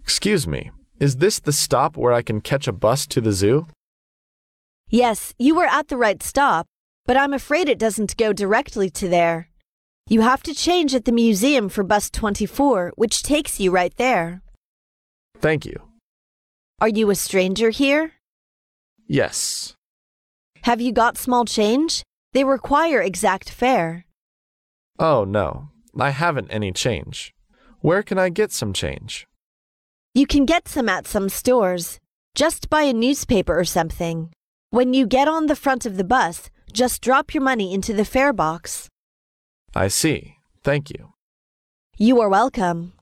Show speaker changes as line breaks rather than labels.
Excuse me, is this the stop where I can catch a bus to the zoo?
Yes, you were at the right stop, but I'm afraid it doesn't go directly to there. You have to change at the museum for bus 24, which takes you right there.
Thank you.
Are you a stranger here?
Yes.
Have you got small change? They require exact fare.
Oh, no, I haven't any change. Where can I get some change?
You can get some at some stores. Just buy a newspaper or something. When you get on the front of the bus, just drop your money into the fare box.
I see. Thank you.
You are welcome.